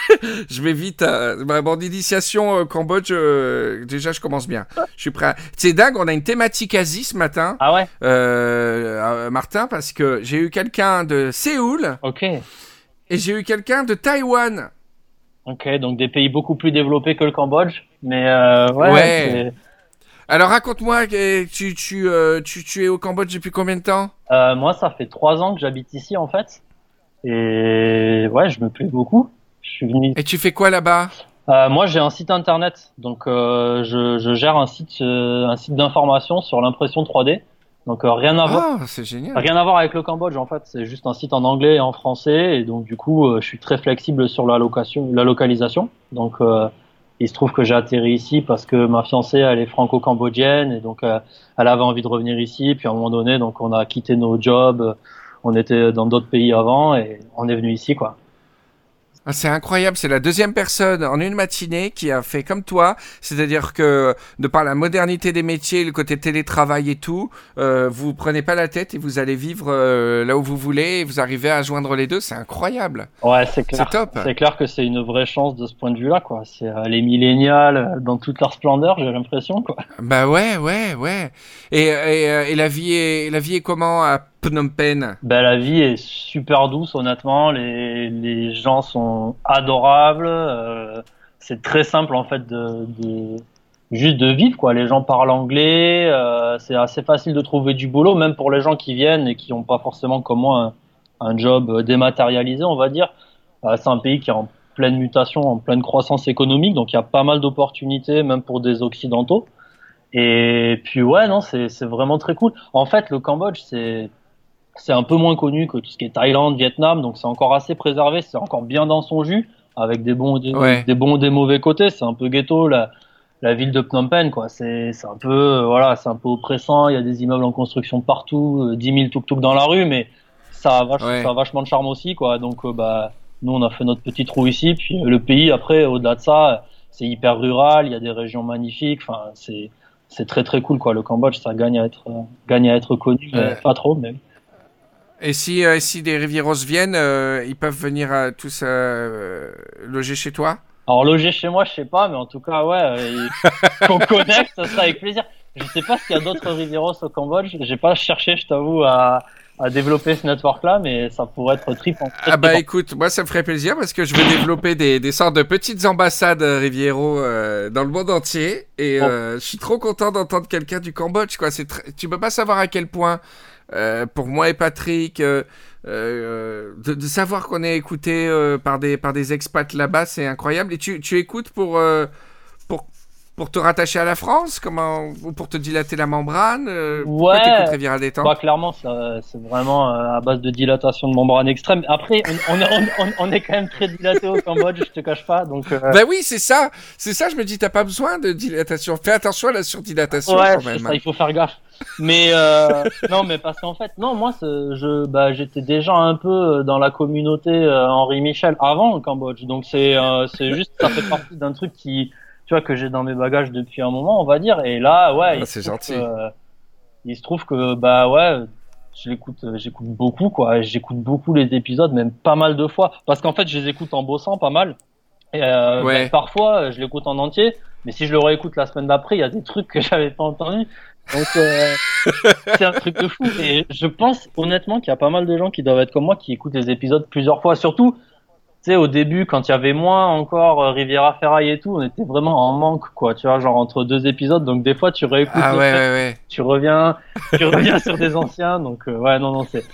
A: euh,
G: Je vais vite. à- bah, Mon initiation euh, Cambodge, euh, déjà, je commence bien. Je suis prêt. à- C'est dingue. On a une thématique Asie ce matin,
A: Ah ouais.
G: euh, euh, Martin, parce que j'ai eu quelqu'un de Séoul
A: Ok.
G: et j'ai eu quelqu'un de Taïwan.
A: Ok. Donc des pays beaucoup plus développés que le Cambodge. Mais euh, ouais.
G: Ouais.
A: c'est-
G: Alors raconte-moi, euh, tu, tu, euh, tu, tu es au Cambodge depuis combien de temps
A: Euh, moi ça fait trois ans que j'habite ici en fait. Et ouais, je me plais beaucoup. Je suis venu.
G: Et tu fais quoi là-bas
A: Euh, moi j'ai un site internet. Donc euh, je, je gère un site euh, un site d'information sur l'impression 3D. Donc euh, rien à voir.
G: Ah, c'est génial.
A: Rien à voir avec le Cambodge en fait, c'est juste un site en anglais et en français et donc du coup euh, je suis très flexible sur la, location, la localisation. Donc euh, il se trouve que j'ai atterri ici parce que ma fiancée elle est franco-cambodgienne et donc euh, elle avait envie de revenir ici puis à un moment donné donc on a quitté nos jobs, euh, on était dans d'autres pays avant et on est venu ici quoi.
G: Ah, c'est incroyable, c'est la deuxième personne en une matinée qui a fait comme toi, c'est-à-dire que de par la modernité des métiers, le côté télétravail et tout, euh, vous prenez pas la tête et vous allez vivre euh, là où vous voulez et vous arrivez à joindre les deux, c'est incroyable.
A: Ouais c'est clair.
G: C'est top.
A: C'est clair que c'est une vraie chance de ce point de vue là quoi. C'est euh, les millénials euh, dans toute leur splendeur j'ai l'impression quoi.
G: Bah ouais, ouais, ouais. Et, et, euh, et la vie est la vie est comment à Phnom Penh
A: Ben, la vie est super douce, honnêtement. Les, les gens sont adorables. euh, c'est très simple, en fait, de, de- juste de vivre, quoi. Les gens parlent anglais. euh, c'est assez facile de trouver du boulot, même pour les gens qui viennent et qui n'ont pas forcément, comme moi, un, un job euh, dématérialisé, on va dire. Euh, c'est un pays qui est en pleine mutation, en pleine croissance économique, donc il y a pas mal d'opportunités, même pour des Occidentaux. Et puis, ouais, non, c'est c'est vraiment très cool. En fait, le Cambodge, c'est c'est un peu moins connu que tout ce qui est Thaïlande, Vietnam, donc c'est encore assez préservé, c'est encore bien dans son jus, avec des bons, des,
G: Ouais.
A: des bons, des mauvais côtés. C'est un peu ghetto la, la ville de Phnom Penh, quoi. C'est c'est un peu euh, voilà, c'est un peu oppressant. Il y a des immeubles en construction partout, euh, 10 000 tuk-tuk dans la rue, mais ça a, vach-
G: Ouais.
A: ça a vachement de charme aussi, quoi. Donc euh, bah nous on a fait notre petit trou ici, puis euh, le pays après au-delà de ça, euh, c'est hyper rural, il y a des régions magnifiques, enfin c'est c'est très très cool quoi. Le Cambodge ça gagne à être euh, gagne à être connu, mais
G: Ouais.
A: pas trop mais
G: Et si, euh, et si des Rivieros viennent, euh, ils peuvent venir euh, tous euh, loger chez toi
A: Alors loger chez moi, je sais pas, mais en tout cas, ouais, euh, et qu'on connecte, ça sera avec plaisir. Je sais pas s'il y a d'autres Riveros au Cambodge. J'ai pas cherché, je t'avoue, à, à développer ce network-là, mais ça pourrait être trippant.
G: Ah bah écoute, moi ça me ferait plaisir parce que je veux développer des, des sortes de petites ambassades euh, Riviero euh, dans le monde entier et euh, je suis trop content d'entendre quelqu'un du Cambodge quoi. C'est tr- tu peux pas savoir à quel point euh, pour moi et Patrick euh, euh, de, de savoir qu'on est écouté euh, par des par des expats là-bas, c'est incroyable. Et tu tu écoutes pour euh, pour pour te rattacher à la France, comment ou pour te dilater la membrane euh, Pourquoi
A: Ouais.
G: t'écoutes Riviera détente
A: Bah, clairement, ça, c'est vraiment euh, à base de dilatation de membrane extrême. Après, on, on, on, on- on est quand même très dilaté au Cambodge, je te cache pas. Donc, euh,
G: Ben oui, c'est ça. C'est ça, je me dis, t'as pas besoin de dilatation. Fais attention à la surdilatation
A: ouais,
G: quand
A: c'est
G: même. hein.
A: ça, il faut faire gaffe. Mais euh, non, mais parce qu'en fait, non, moi, ce- je, bah, j'étais déjà un peu dans la communauté euh, Henri Michel avant le Cambodge. Donc c'est, euh, c'est juste, ça fait partie d'un truc qui, tu vois, que j'ai dans mes bagages depuis un moment, on va dire. Et là, ouais, il
G: Ah,
A: se
G: c'est
A: trouve
G: gentil.
A: que, euh, il se trouve que, bah ouais. Je l'écoute, euh, j'écoute beaucoup quoi. J'écoute beaucoup les épisodes, même pas mal de fois, parce qu'en fait, je les écoute en bossant pas mal. Et, euh,
G: Ouais.
A: même parfois, euh, je l'écoute en entier, mais si je le réécoute la semaine d'après, il y a des trucs que j'avais pas entendus. Donc euh, c'est un truc de fou. Et je pense honnêtement qu'il y a pas mal de gens qui doivent être comme moi, qui écoutent les épisodes plusieurs fois. Surtout, tu sais, au début, quand il y avait moins encore euh, Riviera Ferraille et tout, on était vraiment en manque, quoi. Tu vois, genre entre deux épisodes. Donc des fois, tu réécoutes,
G: Ah
A: le
G: ouais,
A: fait,
G: ouais, ouais.
A: tu reviens, tu reviens sur des anciens. Donc euh, ouais, non, non, c'est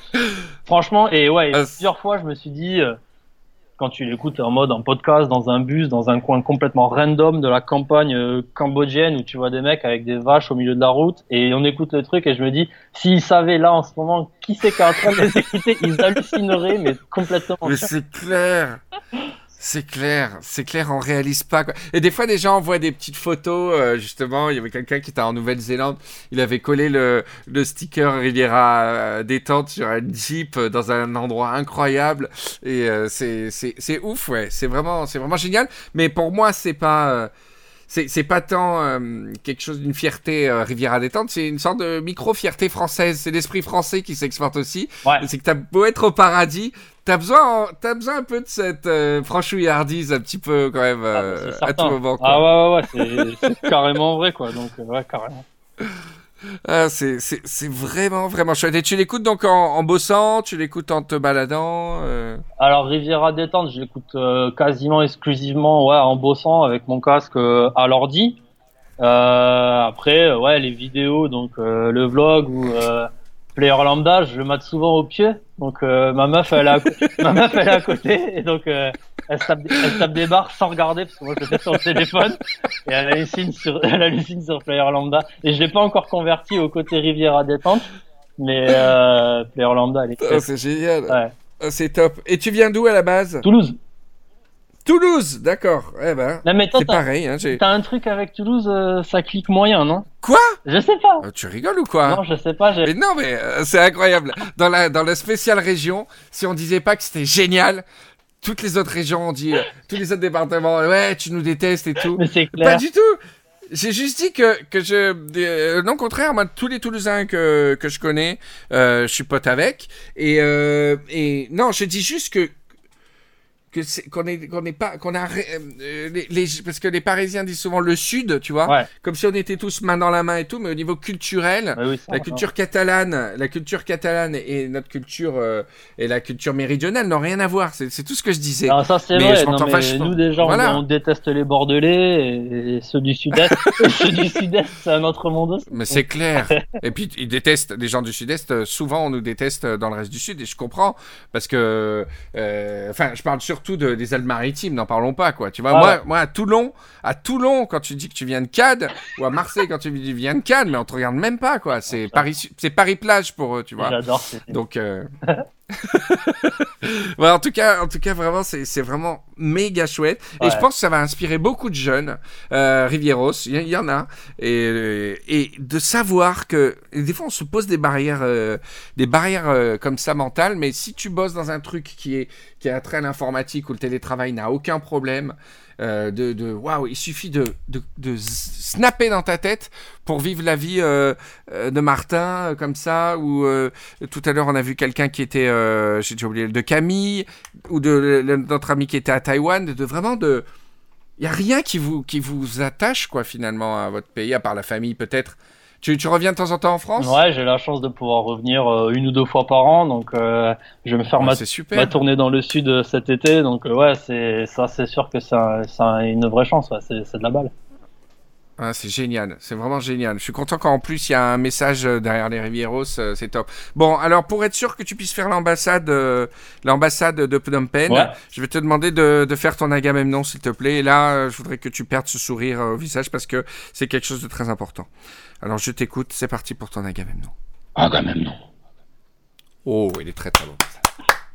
A: franchement. Et ouais, et
G: Ah, c'est-
A: plusieurs fois, je me suis dit. euh, quand tu l'écoutes en mode en podcast, dans un bus, dans un coin complètement random de la campagne euh, cambodgienne où tu vois des mecs avec des vaches au milieu de la route et on écoute le truc et je me dis, s'ils savaient là en ce moment qui c'est qui est en train de les écouter, ils hallucineraient mais complètement.
G: Mais c'est clair. C'est clair, c'est clair, on réalise pas quoi. Et des fois, des gens envoient des petites photos. euh, justement, il y avait quelqu'un qui était en Nouvelle-Zélande, il avait collé le, le sticker Riviera euh, détente sur un jeep euh, dans un endroit incroyable. Et euh, c'est c'est c'est ouf, ouais. C'est vraiment c'est vraiment génial. Mais pour moi, c'est pas euh, c'est c'est pas tant euh, quelque chose d'une fierté euh, Riviera détente. C'est une sorte de micro fierté française. C'est l'esprit français qui s'exporte aussi.
A: Ouais.
G: C'est que t'as beau être au paradis, T'as besoin, t'as besoin un peu de cette euh, franchouillardise un petit peu quand même
A: Ah,
G: euh,
A: mais c'est
G: à
A: certain.
G: tout moment. quoi.
A: Ah ouais ouais ouais, c'est- c'est carrément vrai quoi. Donc euh, ouais carrément.
G: Ah, c'est, c'est, c'est vraiment vraiment chouette. Et tu l'écoutes donc en, en bossant, tu l'écoutes en te baladant. euh.
A: Alors Riviera détente, je l'écoute euh, quasiment exclusivement ouais en bossant avec mon casque euh, à l'ordi. Euh, après euh, ouais les vidéos donc euh, le vlog ou euh, Player Lambda, je le mate souvent au pied. Donc euh, ma meuf elle est à côté, ma meuf elle est à côté et donc euh, elle, se tape, des- elle se tape des barres sans regarder parce que moi je le fais sur le téléphone et elle hallucine sur elle hallucine sur Player Lambda et je l'ai pas encore converti au côté Riviera détente mais euh, Player Lambda elle est
G: Ah,
A: très-
G: c'est génial.
A: Ouais.
G: Ah, c'est top. Et tu viens d'où à la base
A: Toulouse.
G: Toulouse, d'accord. Eh ben,
A: La méthode
G: c'est pareil. Hein, j'ai...
A: T'as un truc avec Toulouse, euh, ça clique moyen, non
G: Quoi
A: Je sais pas.
G: Euh, tu rigoles ou quoi
A: Non, je sais pas. j'ai-
G: Mais non, mais euh, c'est incroyable. Dans la dans la spéciale région, si on disait pas que c'était génial, toutes les autres régions ont dit, euh, tous les autres départements, ouais, tu nous détestes et tout.
A: Mais c'est
G: Pas
A: clair.
G: du tout. J'ai juste dit que, que je... euh, non, au contraire, moi, tous les Toulousains que, que je connais, euh, je suis pote avec. Et, euh, et non, je dis juste que... que c'est- Qu'on est, qu'on est pas, qu'on a, ré- euh, les, les- parce que les Parisiens disent souvent le Sud, tu vois,
A: Ouais.
G: comme si on était tous main dans la main et tout, mais au niveau culturel,
A: Ouais, oui, ça,
G: la culture catalane, la culture catalane et notre culture euh, et la culture méridionale n'ont rien à voir. C'est c'est tout ce que je disais.
A: Non, ça c'est
G: Mais
A: vrai.
G: je
A: Non,
G: m'entends
A: mais
G: vachement.
A: nous déjà, on-
G: Voilà.
A: on, déteste les Bordelais et, et ceux du Sud-Est. Et ceux du Sud-Est, c'est un autre monde aussi.
G: Mais c'est clair. et puis ils détestent les gens du Sud-Est. euh, Souvent, on nous déteste euh, dans le reste du Sud, et je comprends parce que, euh, enfin, je parle surtout de- des Alpes-Maritimes. N'en parlons pas, quoi. Tu vois,
A: Ah
G: moi,
A: ouais.
G: moi, à Toulon, à Toulon, quand tu dis que tu viens de Cade, ou à Marseille quand tu dis que tu viens de Cade, mais on te regarde même pas, quoi.
A: Ah,
G: C'est Paris, c'est Paris plage pour eux, tu vois.
A: J'adore. c'est-
G: Donc, euh... voilà, en tout cas, en tout cas, vraiment, c'est c'est vraiment méga chouette. Et
A: Ouais.
G: je pense que ça va inspirer beaucoup de jeunes euh, Rivieros. Il y, il y en a. Et, et de savoir que et des fois, on se pose des barrières, euh, des barrières euh, comme ça mentales. Mais si tu bosses dans un truc qui est qui a trait à l'informatique où le télétravail n'a aucun problème. euh, de, de waouh, il suffit de, de, de s- snapper dans ta tête pour vivre la vie euh, euh, de Martin euh, comme ça ou euh, tout à l'heure, on a vu quelqu'un qui était, euh, j'ai déjà oublié, de Camille, ou de le- notre ami qui était à Taïwan, de, de vraiment de... Il n'y a rien qui vous, qui vous attache, quoi, finalement, à votre pays, à part la famille, peut-être. Tu Tu, tu reviens de temps en temps en France
A: Ouais, j'ai la chance de pouvoir revenir euh, une ou deux fois par an, donc euh, je vais me faire
G: Ouais,
A: ma,
G: Ah, C'est super.
A: ma tournée dans le sud euh, cet été, donc euh, ouais, c'est ça, c'est sûr que c'est un- c'est un- une vraie chance, ouais, c'est c'est de la balle.
G: Ah, c'est génial, c'est vraiment génial. Je suis content qu'en plus il y a un message euh, derrière les Rivieros, euh, c'est top. Bon, alors pour être sûr que tu puisses faire l'ambassade, euh, l'ambassade de Phnom Penh,
A: Ouais.
G: je vais te demander de, de faire ton agamemnon s'il te plaît. Et là, euh, je voudrais que tu perdes ce sourire euh, au visage parce que c'est quelque chose de très important. Alors je t'écoute, c'est parti pour ton agamemnon. Agamemnon. Oh, il est très très bon.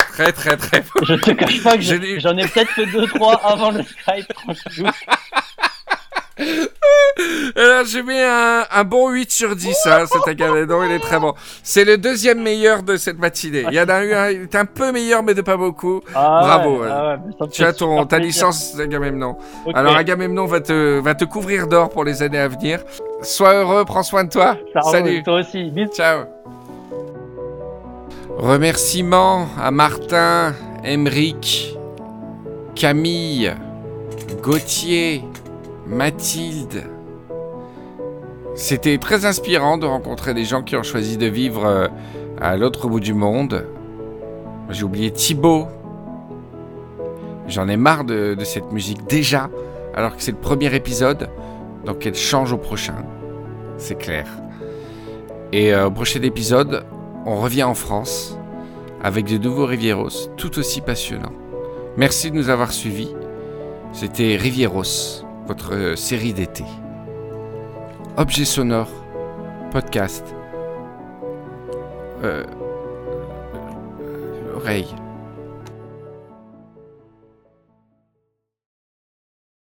G: Très très très bon.
A: Je te cache pas que
G: Je
A: j'ai-
G: l'ai-
A: j'en ai, peut-être fait deux trois avant le Skype. tranquillou.
G: Alors, j'ai mis un, un bon 8 sur 10, hein, cet agamemnon, il est très bon. C'est le deuxième meilleur de cette matinée. Il y en a eu un, il est un peu meilleur, mais de pas beaucoup.
A: Ah
G: Bravo,
A: ouais,
G: ouais.
A: ah ouais, mais ça me
G: Tu
A: fait
G: as ton,
A: super
G: ta
A: plaisir.
G: licence Agamemnon.
A: Ok,
G: Alors, Agamemnon va te, va te couvrir d'or pour les années à venir. Sois heureux, prends soin de toi.
A: ça roule,
G: Salut.
A: Toi aussi. Bisous.
G: Ciao. Remerciements à Martin, Emeric, Camille, Gauthier, Mathilde. C'était très inspirant de rencontrer des gens qui ont choisi de vivre euh, à l'autre bout du monde. J'ai oublié Thibaut. J'en ai marre de, de cette musique déjà, alors que c'est le premier épisode, donc elle change au prochain. C'est clair. Et euh, au prochain épisode, on revient en France avec de nouveaux Rivieros tout aussi passionnants. Merci de nous avoir suivis. C'était Rivieros, votre euh, série d'été. Objet sonore, podcast, euh, oreille.